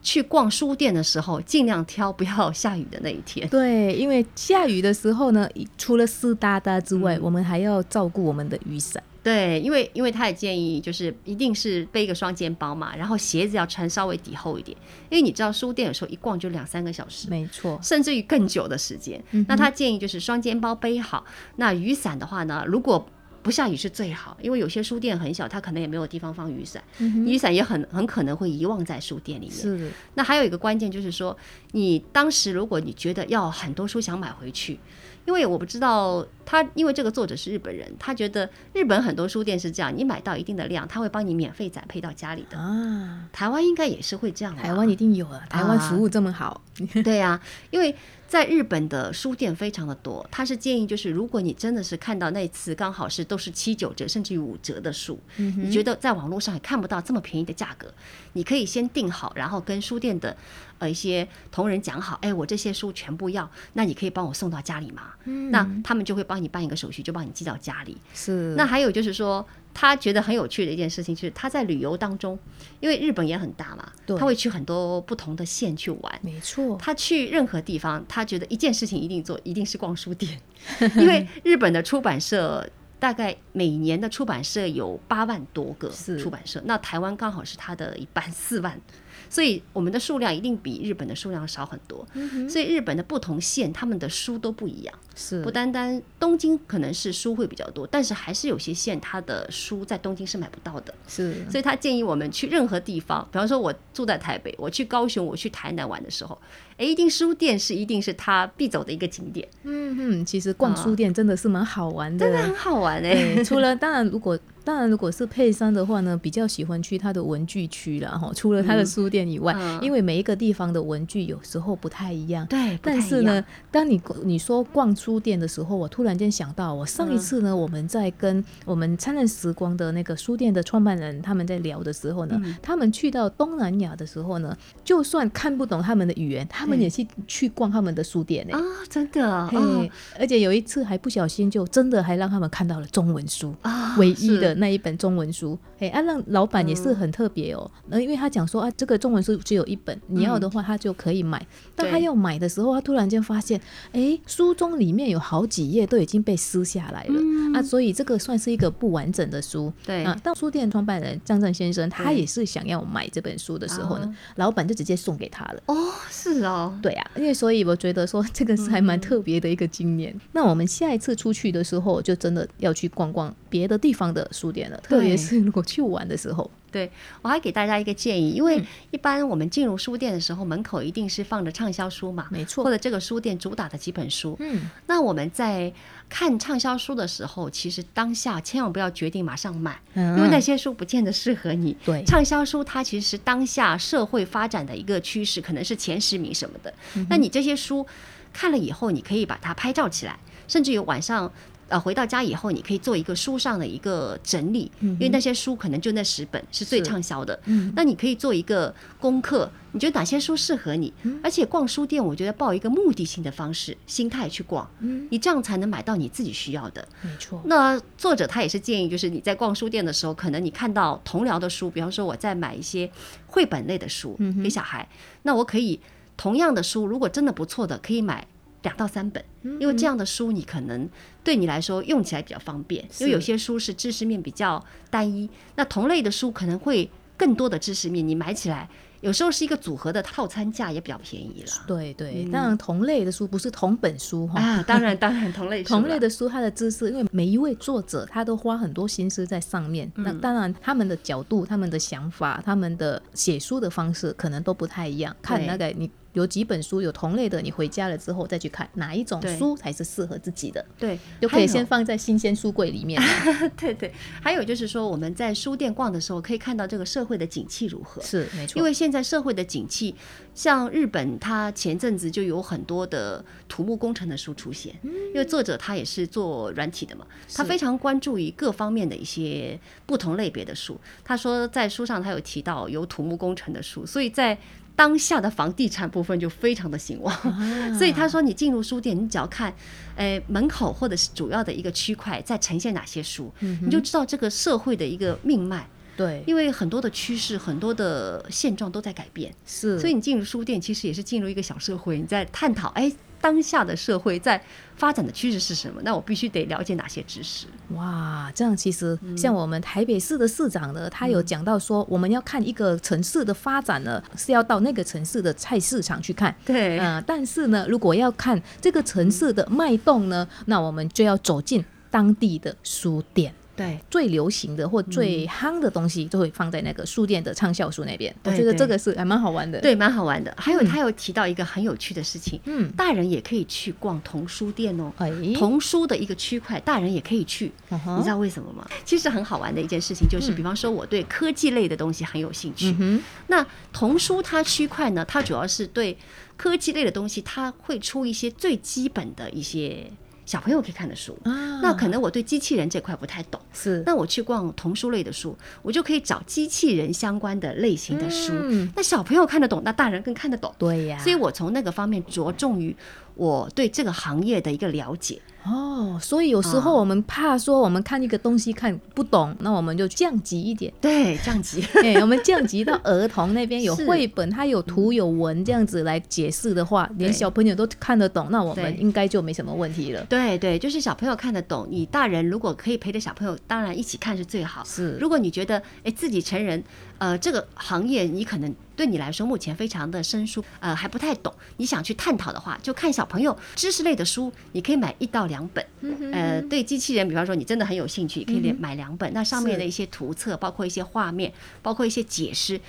[SPEAKER 2] 去逛书店的时候，尽量挑不要下雨的那一天。
[SPEAKER 1] 对，因为下雨的时候呢，除了湿哒哒之外，我们还要照顾我们的雨伞。
[SPEAKER 2] 对，因为因为他也建议就是一定是背一个双肩包嘛，然后鞋子要穿稍微底厚一点，因为你知道书店有时候一逛就两三个小时。
[SPEAKER 1] 没嗯错，
[SPEAKER 2] 甚至于更久的时间，那他建议就是双肩包背好。那雨伞的话呢，如果不下雨是最好，因为有些书店很小，它可能也没有地方放雨伞，雨伞也很很可能会遗忘在书店里面。
[SPEAKER 1] 嗯是
[SPEAKER 2] 那还有一个关键就是说，你当时如果你觉得要很多书想买回去，因为我不知道他，因为这个作者是日本人，他觉得日本很多书店是这样，你买到一定的量，他会帮你免费载配到家里的。
[SPEAKER 1] 啊，
[SPEAKER 2] 台湾应该也是会这样吧，
[SPEAKER 1] 台湾一定有啊，台湾服务这么好，
[SPEAKER 2] 对呀、因为在日本的书店非常的多，他是建议就是，如果你真的是看到那次刚好是都是七九折甚至于五折的书，你觉得在网络上也看不到这么便宜的价格，你可以先订好，然后跟书店的呃一些同仁讲好，哎，我这些书全部要，那你可以帮我送到家里吗？那他们就会帮你办一个手续，就帮你寄到家里。
[SPEAKER 1] 是
[SPEAKER 2] 那还有就是说，他觉得很有趣的一件事情就是他在旅游当中，因为日本也很大嘛，
[SPEAKER 1] 对
[SPEAKER 2] 他会去很多不同的县去玩。
[SPEAKER 1] 没错，
[SPEAKER 2] 他去任何地方，他觉得一件事情一定做，一定是逛书店， 因为日本的出版社大概每年的出版社有八万多个
[SPEAKER 1] 是
[SPEAKER 2] 出版社，那台湾刚好是它的一半，四万，所以我们的数量一定比日本的数量少很多。所以日本的不同县，他们的书都不一样，
[SPEAKER 1] 是
[SPEAKER 2] 不单单东京可能是书会比较多，但是还是有些县它的书在东京是买不到的。
[SPEAKER 1] 是
[SPEAKER 2] 所以他建议我们去任何地方，比方说我住在台北，我去高雄，我去台南玩的时候，诶，一定书店是一定是他必走的一个景点，
[SPEAKER 1] 嗯哼，其实逛书店真的是蛮好玩的。啊
[SPEAKER 2] 真的很好玩哎、
[SPEAKER 1] 对，除了当然，如果当然如果是配衫的话呢，比较喜欢去它的文具区了哈。除了它的书店以外，
[SPEAKER 2] 嗯
[SPEAKER 1] 因为每一个地方的文具有时候不太一样。
[SPEAKER 2] 对，不太
[SPEAKER 1] 但是
[SPEAKER 2] 一样
[SPEAKER 1] 呢，，当你你说逛书店的时候，我突然间想到，我
[SPEAKER 2] 嗯
[SPEAKER 1] 上一次呢，我们在跟我们灿烂时光的那个书店的创办人他们在聊的时候呢，
[SPEAKER 2] 嗯
[SPEAKER 1] 他们去到东南亚的时候呢，就算看不懂他们的语言，他们也去去逛他们的书店呢、
[SPEAKER 2] 啊、真的啊、
[SPEAKER 1] 嘿，而且有一次还不小心就真的还让他们看到了中文书，
[SPEAKER 2] 啊
[SPEAKER 1] 唯一
[SPEAKER 2] 是嗯
[SPEAKER 1] 的那一本中文书。哎，啊，让老板也是很特别哦。那、因为他讲说啊，这个中文书只有一本，你要的话他就可以买。但他
[SPEAKER 2] 嗯对
[SPEAKER 1] 要买的时候，他突然间发现，哎，书中里面有好几页都已经被撕下来了、啊，所以这个算是一个不完整的书。
[SPEAKER 2] 嗯对
[SPEAKER 1] 啊，到书店创办人张正先生，他
[SPEAKER 2] 对啊
[SPEAKER 1] 也是想要买这本书的时候呢，老板就直接送给他了。
[SPEAKER 2] 哦，是哦，
[SPEAKER 1] 对啊，因为所以我觉得说这个是还蛮特别的一个经验。
[SPEAKER 2] 嗯
[SPEAKER 1] 那我们下一次出去的时候，就真的要去逛逛别的地方的书店了，特别是如果去玩的时候，
[SPEAKER 2] 对我还给大家一个建议，因
[SPEAKER 1] 嗯
[SPEAKER 2] 为一般我们进入书店的时候，门口一定是放着畅销书嘛，
[SPEAKER 1] 没错
[SPEAKER 2] 或者这个书店主打的几本书，
[SPEAKER 1] 嗯，
[SPEAKER 2] 那我们在看畅销书的时候，其实当下千万不要决定马上买，
[SPEAKER 1] 嗯
[SPEAKER 2] 因为那些书不见得适合你。
[SPEAKER 1] 对
[SPEAKER 2] 畅销书它其实是当下社会发展的一个趋势，可能是前十名什
[SPEAKER 1] 嗯
[SPEAKER 2] 么的。那你这些书看了以后，你可以把它拍照起来，甚至有晚上。啊、回到家以后，你可以做一个书上的一个整理，
[SPEAKER 1] 嗯哼
[SPEAKER 2] 因为那些书可能就那十本是最
[SPEAKER 1] 是
[SPEAKER 2] 畅销的。
[SPEAKER 1] 嗯
[SPEAKER 2] 那你可以做一个功课，你觉得哪些书适合你？
[SPEAKER 1] 嗯
[SPEAKER 2] 而且逛书店，我觉得抱一个目的性的方式、心态去逛，
[SPEAKER 1] 嗯，
[SPEAKER 2] 你这样才能买到你自己需要的。
[SPEAKER 1] 没错，
[SPEAKER 2] 那作者他也是建议，就是你在逛书店的时候，可能你看到同僚的书，比方说我在买一些绘本类的书
[SPEAKER 1] 嗯哼
[SPEAKER 2] 给小孩，那我可以同样的书，如果真的不错的，可以买。两到三本，
[SPEAKER 1] 嗯
[SPEAKER 2] 因为这样的书你可能对你来说用起来比较方便，因为有
[SPEAKER 1] 是
[SPEAKER 2] 些书是知识面比较单一，那同类的书可能会更多的知识面，你买起来有时候是一个组合的套餐价也比较便宜了。
[SPEAKER 1] 对对，当然同类的书不是同本书哈。
[SPEAKER 2] 嗯啊，当然当然，同类书
[SPEAKER 1] 哦同
[SPEAKER 2] 啦
[SPEAKER 1] 类的书，它的知识，因为每一位作者他都花很多心思在上面。
[SPEAKER 2] 嗯
[SPEAKER 1] 那当然，他们的角度、他们的想法、他们的写书的方式，可能都不太一样。看
[SPEAKER 2] 对
[SPEAKER 1] 那个你有几本书有同类的，你回家了之后再去看哪一种
[SPEAKER 2] 对
[SPEAKER 1] 书才是适合自己的，
[SPEAKER 2] 对，
[SPEAKER 1] 就可
[SPEAKER 2] 还有
[SPEAKER 1] 以先放在新鲜书柜里面。
[SPEAKER 2] 对对，还有就是说，我们在书店逛的时候，可以看到这个社会的景气如何。
[SPEAKER 1] 是没错，
[SPEAKER 2] 因为现在社会的景气，像日本，它前阵子就有很多的土木工程的书出现，因为作者他也是做软体的嘛，他
[SPEAKER 1] 嗯是
[SPEAKER 2] 非常关注于各方面的一些不同类别的书。他说在书上他有提到有土木工程的书，所以在当下的房地产部分就非常的兴旺。
[SPEAKER 1] 啊
[SPEAKER 2] 所以他说，你进入书店，你只要看，呃，门口或者是主要的一个区块在呈现哪些书，
[SPEAKER 1] 嗯
[SPEAKER 2] 你就知道这个社会的一个命脉。
[SPEAKER 1] 对，
[SPEAKER 2] 因为很多的趋势、很多的现状都在改变，
[SPEAKER 1] 是，
[SPEAKER 2] 所以你进入书店其实也是进入一个小社会，你在探讨，哎，当下的社会在发展的趋势是什么？那我必须得了解哪些知识。
[SPEAKER 1] 哇，这样其实
[SPEAKER 2] 嗯
[SPEAKER 1] 像我们台北市的市长呢，他有讲到说，我们要看一个城市的发展呢，是要到那个城市的菜市场去看。
[SPEAKER 2] 对
[SPEAKER 1] 呃，但是呢，如果要看这个城市的脉动呢，那我们就要走进当地的书店。
[SPEAKER 2] 对，
[SPEAKER 1] 最流行的或最夯的东西，就会放在那个书店的畅销书那边。我
[SPEAKER 2] 对
[SPEAKER 1] 觉得
[SPEAKER 2] 对
[SPEAKER 1] 这个是还蛮好玩的。，
[SPEAKER 2] 对，蛮好玩的。还有他有提到一个很有趣的事情，
[SPEAKER 1] 嗯，
[SPEAKER 2] 大人也可以去逛童书店哦。
[SPEAKER 1] 哎，
[SPEAKER 2] 童书的一个区块，大人也可以去，
[SPEAKER 1] 嗯哼
[SPEAKER 2] 你知道为什么吗？啊嗯其实很好玩的一件事情就是，比方说我对科技类的东西很有兴趣，
[SPEAKER 1] 嗯哼，
[SPEAKER 2] 那童书它区块呢，它主要是对科技类的东西，它会出一些最基本的一些小朋友可以看的书。
[SPEAKER 1] 啊，
[SPEAKER 2] 那可能我对机器人这块不太懂，
[SPEAKER 1] 是
[SPEAKER 2] 那我去逛童书类的书，我就可以找机器人相关的类型的书。
[SPEAKER 1] 嗯
[SPEAKER 2] 那小朋友看得懂，那大人更看得懂。
[SPEAKER 1] 对呀。
[SPEAKER 2] 所以我从那个方面着重于我对这个行业的一个了解。，
[SPEAKER 1] 哦，所以有时候我们怕说我们看一个东西看不懂，那我们就降级一点
[SPEAKER 2] 对，这样子。
[SPEAKER 1] 哎、我们降级到儿童那边有
[SPEAKER 2] 是嗯
[SPEAKER 1] 绘本，它有图有文这样子来解释的话，连
[SPEAKER 2] 对
[SPEAKER 1] 小朋友都看得懂，那我
[SPEAKER 2] 对
[SPEAKER 1] 们应该就没什么问题了。
[SPEAKER 2] 对对，就是小朋友看得懂，你大人如果可以陪着小朋友，当然一起看是最好。
[SPEAKER 1] 是
[SPEAKER 2] 如果你觉得哎自己成人，呃，这个行业你可能对你来说目前非常的生疏，呃，还不太懂，你想去探讨的话，就看小朋友知识类的书，你可以买一到两本。
[SPEAKER 1] 嗯
[SPEAKER 2] 呃，对机器人，比方说你真的很有兴趣，可以连买两本，那上面的一些图册，包括一些画面，包括一些解释。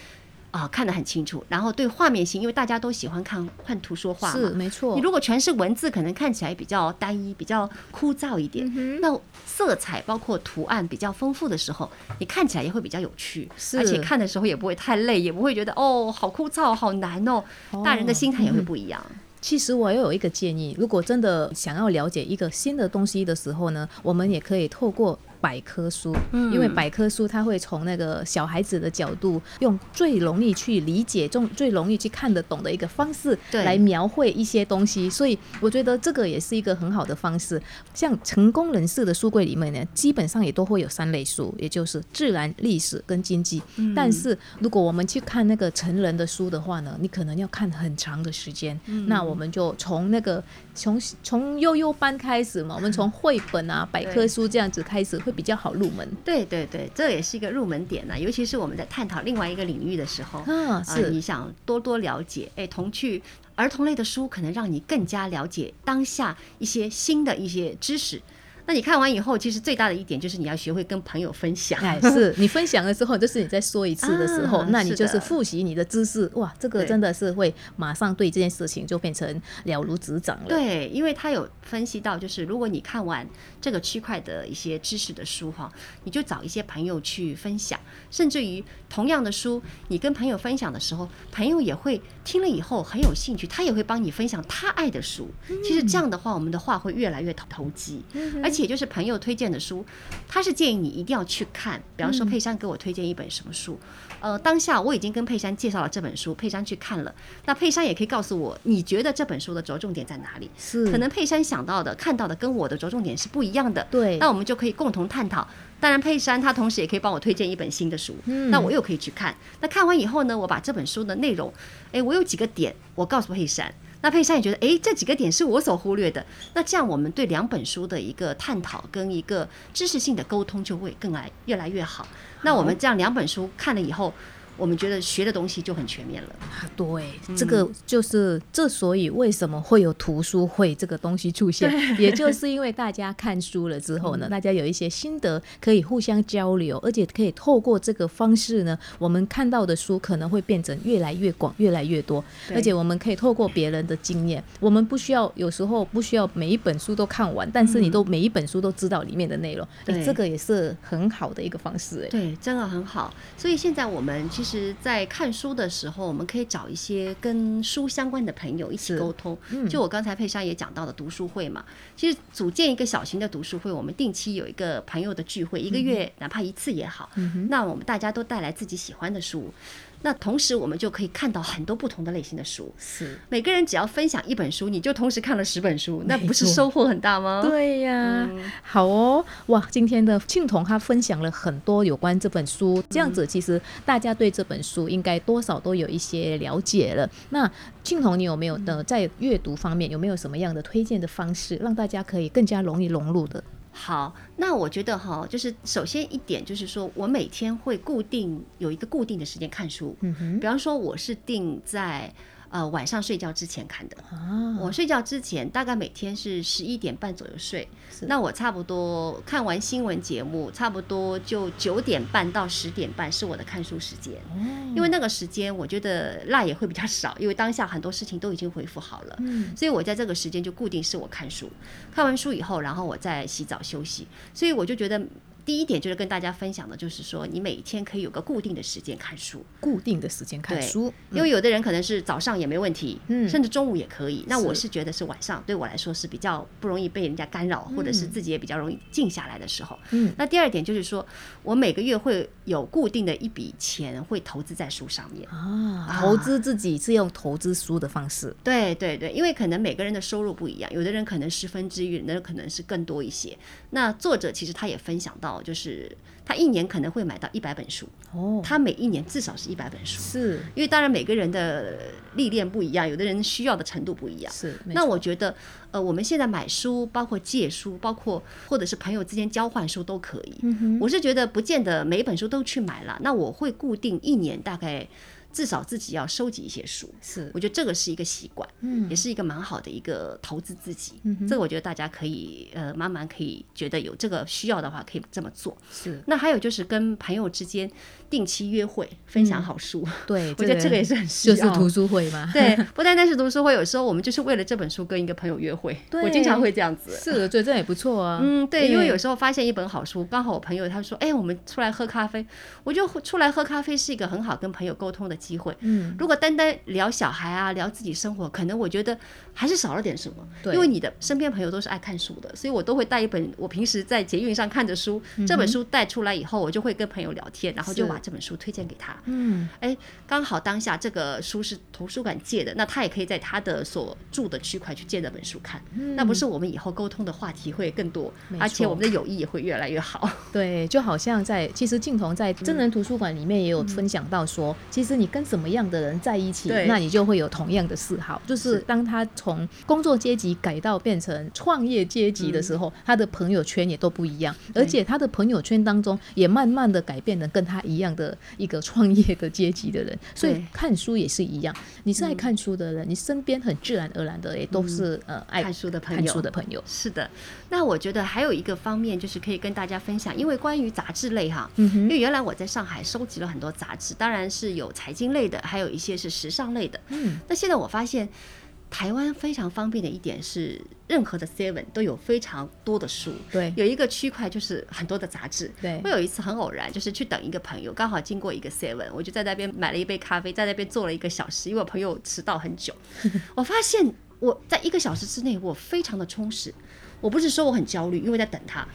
[SPEAKER 2] 啊、看得很清楚，然后对画面性，因为大家都喜欢看看图说话嘛，
[SPEAKER 1] 是没错
[SPEAKER 2] 你，如果全是文字，可能看起来比较单一、比较枯燥一点。那色彩包括图案比较丰富的时候，你看起来也会比较有趣，
[SPEAKER 1] 是
[SPEAKER 2] 而且看的时候也不会太累，也不会觉得哦好枯燥、好难哦。嗯大人的心态也会不一样。
[SPEAKER 1] 其实我又有一个建议，如果真的想要了解一个新的东西的时候呢，我们也可以透过。百科书，因为百科书它会从那个小孩子的角度，用最容易去理解、中最容易去看得懂的一个方式
[SPEAKER 2] 对
[SPEAKER 1] 来描绘一些东西，所以我觉得这个也是一个很好的方式。像成功人士的书柜里面呢，基本上也都会有三类书，也就是自然、历史跟经济。但是如果我们去看那个成人的书的话呢，你可能要看很长的时间。
[SPEAKER 2] 嗯
[SPEAKER 1] 那我们就从那个从从幼幼班开始 嘛，我们从绘本啊、百科书这样子开始会比较好入门。
[SPEAKER 2] 对对对，这也是一个入门点啊呢、尤其是我们在探讨另外一个领域的时候，
[SPEAKER 1] 啊，
[SPEAKER 2] 啊，你
[SPEAKER 1] 是
[SPEAKER 2] 想多多了解，哎，童趣儿童类的书可能让你更加了解当下一些新的一些知识。那你看完以后，其实最大的一点就是你要学会跟朋友分享。
[SPEAKER 1] 哎，是你分享了之后，就是你再说一次的时候，
[SPEAKER 2] 啊
[SPEAKER 1] 那你就是是
[SPEAKER 2] 的
[SPEAKER 1] 复习你的知识，哇，这个
[SPEAKER 2] 对
[SPEAKER 1] 真的是会马上对这件事情就变成了如指掌了。，
[SPEAKER 2] 对，因为他有分析到，就是如果你看完这个区块的一些知识的书哈，你就找一些朋友去分享，甚至于同样的书，你跟朋友分享的时候，朋友也会听了以后很有兴趣，他也会帮你分享他爱的书。其实这样的话，我们的话会越来越投投机，而且。且就是朋友推荐的书，他是建议你一定要去看。比方说佩珊给我推荐一本什么书，呃，当下我已经跟佩珊介绍了这本书，佩珊去看了，那佩珊也可以告诉我，你觉得这本书的着重点在哪里？
[SPEAKER 1] 是
[SPEAKER 2] 可能佩珊想到的、看到的跟我的着重点是不一样的。
[SPEAKER 1] 对
[SPEAKER 2] 那我们就可以共同探讨。当然，佩珊她同时也可以帮我推荐一本新的书，
[SPEAKER 1] 嗯
[SPEAKER 2] 那我又可以去看。那看完以后呢，我把这本书的内容，诶，我有几个点，我告诉佩珊。那佩珊也觉得，诶，这几个点是我所忽略的。那这样，我们对两本书的一个探讨跟一个知识性的沟通就会更来越来越好。那我们这样两本书看了以后，我们觉得学的东西就很全面了。
[SPEAKER 1] 啊对，
[SPEAKER 2] 嗯
[SPEAKER 1] 这个就是之所以为什么会有图书会这个东西出现， 也就是因为大家看书了之后呢，
[SPEAKER 2] 嗯
[SPEAKER 1] 大家有一些心得可以互相交流，而且可以透过这个方式呢，我们看到的书可能会变成越来越广、越来越多，
[SPEAKER 2] 对
[SPEAKER 1] 而且我们可以透过别人的经验，我们不需要有时候不需要每一本书都看完，但是你都每一本书都知道里面的内容，哎
[SPEAKER 2] 嗯对
[SPEAKER 1] 这个也是很好的一个方式，哎，
[SPEAKER 2] 对，真的很好。所以现在我们其实，在看书的时候，我们可以找一些跟书相关的朋友一起
[SPEAKER 1] 是嗯
[SPEAKER 2] 沟通。就我刚才佩珊也讲到的读书会嘛，其实组建一个小型的读书会，我们定期有一个朋友的聚会，一
[SPEAKER 1] 嗯
[SPEAKER 2] 个月哪怕一次也好。那我们大家都带来自己喜欢的书，那同时我们就可以看到很多不同的类型的书。
[SPEAKER 1] 是。
[SPEAKER 2] 每个人只要分享一本书，你就同时看了十本书，那
[SPEAKER 1] 没
[SPEAKER 2] 不是
[SPEAKER 1] 错
[SPEAKER 2] 收获很大吗？
[SPEAKER 1] 对呀、
[SPEAKER 2] 嗯
[SPEAKER 1] 好哦，哇，今天的庆彤他分享了很多有关这本书，这
[SPEAKER 2] 嗯
[SPEAKER 1] 样子其实大家对这本书应该多少都有一些了解了。那庆彤，你有没有的在阅读方面有没有什么样的推荐的方式，让大家可以更加容易融入的？
[SPEAKER 2] 好，那我觉得哈，就是首先一点就是说，我每天会固定有一个固定的时间看书，
[SPEAKER 1] 嗯哼，
[SPEAKER 2] 比方说我是定在呃晚上睡觉之前看的。
[SPEAKER 1] 啊，
[SPEAKER 2] 我睡觉之前大概每天是十一点半左右睡，
[SPEAKER 1] 是
[SPEAKER 2] 那我差不多看完新闻节目，差不多就九点半到十点半是我的看书时间。因为
[SPEAKER 1] 嗯
[SPEAKER 2] 那个时间，我觉得赖也会比较少，因为当下很多事情都已经恢复好了。
[SPEAKER 1] 嗯，
[SPEAKER 2] 所以我在这个时间就固定是我看书，看完书以后，然后我再洗澡休息。所以我就觉得第一点就是跟大家分享的，就是说你每天可以有个固定的时间看书，
[SPEAKER 1] 固定的时间看
[SPEAKER 2] 对
[SPEAKER 1] 书，
[SPEAKER 2] 因为有的人可能是早上也没问题，
[SPEAKER 1] 嗯
[SPEAKER 2] 甚至中午也可以。那
[SPEAKER 1] 是
[SPEAKER 2] 我是觉得是晚上，对我来说是比较不容易被人家干扰，或者是自己也比较容易静下来的时候。
[SPEAKER 1] 嗯，
[SPEAKER 2] 那第二点就是说，我每个月会有固定的一笔钱会投资在书上面。
[SPEAKER 1] 啊，投资自己是用投资书的方式，
[SPEAKER 2] 对对对，因为可能每个人的收入不一样，有的人可能十分之一，有的人可能是更多一些。那作者其实他也分享到，就是他一年可能会买到一百本书，
[SPEAKER 1] 哦，
[SPEAKER 2] 他每一年至少是一百本书，
[SPEAKER 1] 是
[SPEAKER 2] 因为当然每个人的历练不一样，有的人需要的程度不一样。
[SPEAKER 1] 是，没
[SPEAKER 2] 那
[SPEAKER 1] 错
[SPEAKER 2] 我觉得，呃，我们现在买书，包括借书，包括或者是朋友之间交换书都可以。
[SPEAKER 1] 嗯
[SPEAKER 2] 我是觉得不见得每一本书都去买了，那我会固定一年大概至少自己要收集一些书。
[SPEAKER 1] 是
[SPEAKER 2] 我觉得这个是一个习惯，嗯，也是一个蛮好的一个投资自己。嗯、这个我觉得大家可以呃慢慢可以觉得有这个需要的话，可以这么做。
[SPEAKER 1] 是，
[SPEAKER 2] 那还有就是跟朋友之间定期约会，分享 好书，
[SPEAKER 1] 嗯对，
[SPEAKER 2] 我觉得这个也是很需
[SPEAKER 1] 就
[SPEAKER 2] 要。
[SPEAKER 1] 是图书会嘛，
[SPEAKER 2] 对，不单单是读书会，有时候我们就是为了这本书跟一个朋友约会，
[SPEAKER 1] 对
[SPEAKER 2] 我经常会这样子。
[SPEAKER 1] 是，我觉得这样也不错啊。
[SPEAKER 2] 嗯，对，因为有时候发现一本好书，刚好我朋友他说，哎，我们出来喝咖啡，我就出来喝咖啡是一个很好跟朋友沟通的机会。
[SPEAKER 1] 嗯，
[SPEAKER 2] 如果单单聊小孩啊，聊自己生活，可能我觉得还是少了点什么。
[SPEAKER 1] 对
[SPEAKER 2] 因为你的身边朋友都是爱看书的，所以我都会带一本我平时在捷运上看的书，
[SPEAKER 1] 嗯
[SPEAKER 2] 这本书带出来以后，我就会跟朋友聊天，然后就是把这本书推荐给他。
[SPEAKER 1] 嗯，
[SPEAKER 2] 哎，刚好当下这个书是图书馆借的，那他也可以在他的所住的区块去借那本书看，那不是我们以后沟通的话题会更多
[SPEAKER 1] 嗯没，
[SPEAKER 2] 而且
[SPEAKER 1] 错
[SPEAKER 2] 我们的友谊也会越来越好。
[SPEAKER 1] 对，就好像在其实镜头在真人图书馆里面也有分享到说，其实你跟什么样的人在一起
[SPEAKER 2] 嗯对，
[SPEAKER 1] 那你就会有同样的嗜好。就是
[SPEAKER 2] 是
[SPEAKER 1] 当他从工作阶级改到变成创业阶级的时候，他的朋友圈也都不一样，
[SPEAKER 2] 嗯对
[SPEAKER 1] 而且他的朋友圈当中也慢慢的改变了跟他一样的一个创业的阶级的人。所以
[SPEAKER 2] 对嗯
[SPEAKER 1] 看书也是一样，你是爱看书的人，你身边很自然而然的也都是、呃 爱
[SPEAKER 2] 看书的朋友
[SPEAKER 1] 看书的朋友。
[SPEAKER 2] 是的，那我觉得还有一个方面就是可以跟大家分享，因为关于杂志类哈，
[SPEAKER 1] 嗯
[SPEAKER 2] 因
[SPEAKER 1] 哼，
[SPEAKER 2] 为原来我在上海收集了很多杂志，当然是有财经类的，还有一些是时尚类的。
[SPEAKER 1] 嗯，
[SPEAKER 2] 那现在我发现。台湾非常方便的一点是，任何的 Seven 都有非常多的书，
[SPEAKER 1] 对
[SPEAKER 2] 有一个区块就是很多的杂志。
[SPEAKER 1] 对
[SPEAKER 2] 我有一次很偶然，就是去等一个朋友，刚好经过一个 Seven，我就在那边买了一杯咖啡，在那边坐了一个小时，因为我朋友迟到很久。我发现我在一个小时之内，我非常的充实。我不是说我很焦虑，因为在等它。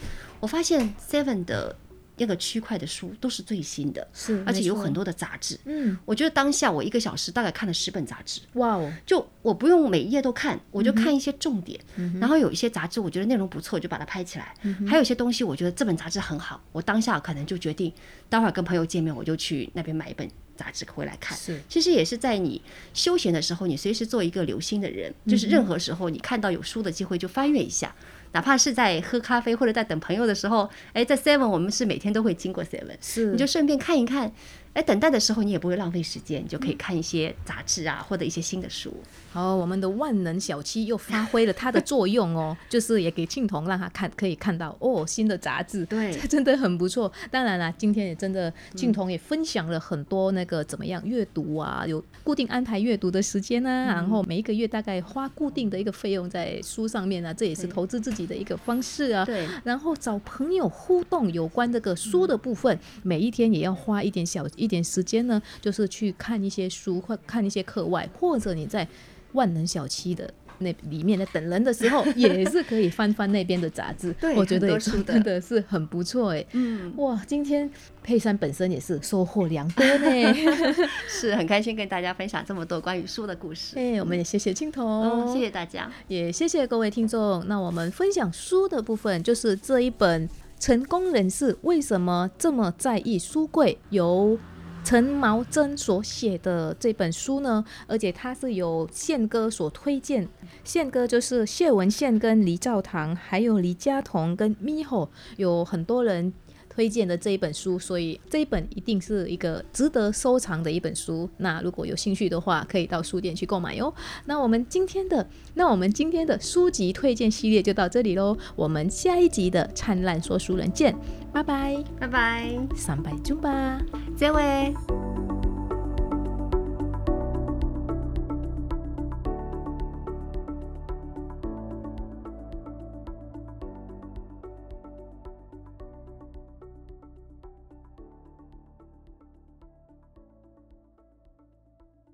[SPEAKER 2] 我发现 Seven 的那个区块的书都是最新的，
[SPEAKER 1] 是
[SPEAKER 2] 而且有很
[SPEAKER 1] 多，
[SPEAKER 2] 多的杂志。
[SPEAKER 1] 嗯，
[SPEAKER 2] 我觉得当下我一个小时大概看了十本杂志，
[SPEAKER 1] 哇哦，
[SPEAKER 2] 就我不用每一页都看，我就看一些重点，然后有一些杂志我觉得内容不错，我就把它拍起来。还有一些东西我觉得这本杂志很好，我当下可能就决定，待会儿跟朋友见面我就去那边买一本杂志回来看。
[SPEAKER 1] 是
[SPEAKER 2] 其实也是在你休闲的时候，你随时做一个留心的人，就是任何时候你看到有书的机会就翻阅一下，哪怕是在喝咖啡或者在等朋友的时候，哎，在 Seven 我们是每天都会经过 Seven，
[SPEAKER 1] 是，
[SPEAKER 2] 你就顺便看一看。哎，等待的时候你也不会浪费时间，你就可以看一些杂志啊，或者一些新的书。
[SPEAKER 1] 好，我们的万能小七又发挥了它的作用哦，就是也给庆童让他看，可以看到哦新的杂志，
[SPEAKER 2] 对
[SPEAKER 1] 这真的很不错。当然啦，今天也真的庆童也分享了很多那个怎么样阅读啊，有固定安排阅读的时间啊，然后每一个月大概花固定的一个费用在书上面啊，这也是
[SPEAKER 2] 对
[SPEAKER 1] 投资自己的一个方式啊。
[SPEAKER 2] 对，
[SPEAKER 1] 然后找朋友互动有关这个书的部分，每一天也要花一点小一点时间呢，就是去看一些书或看一些课外，或者你在万能小七的。那里面的等人的时候，也是可以翻翻那边的杂志，
[SPEAKER 2] 对
[SPEAKER 1] 我觉得
[SPEAKER 2] 很
[SPEAKER 1] 也
[SPEAKER 2] 多书的
[SPEAKER 1] 真的是很不错哎。
[SPEAKER 2] 嗯，
[SPEAKER 1] 哇，今天佩珊本身也是收获良多 呢。
[SPEAKER 2] 是很开心跟大家分享这么多关于书的故事。
[SPEAKER 1] 哎，我们也谢谢青铜、
[SPEAKER 2] 嗯，谢谢大家。
[SPEAKER 1] 也谢谢各位听众。那我们分享书的部分，就是这一本《成功人士为什么这么在意书柜》，由陈毛真所写的这本书呢，而且它是由宪哥所推荐。宪哥就是谢文宪跟黎兆堂，还有黎佳彤跟咪吼，有很多人。推荐的这一本书，所以这一本一定是一个值得收藏的一本书。那如果有兴趣的话，可以到书店去购买哟。那我们今天的，那我们今天的书籍推荐系列就到这里喽。我们下一集的《灿烂说书人》见，拜拜，
[SPEAKER 2] 拜拜，
[SPEAKER 1] 三百中吧。
[SPEAKER 2] 结尾。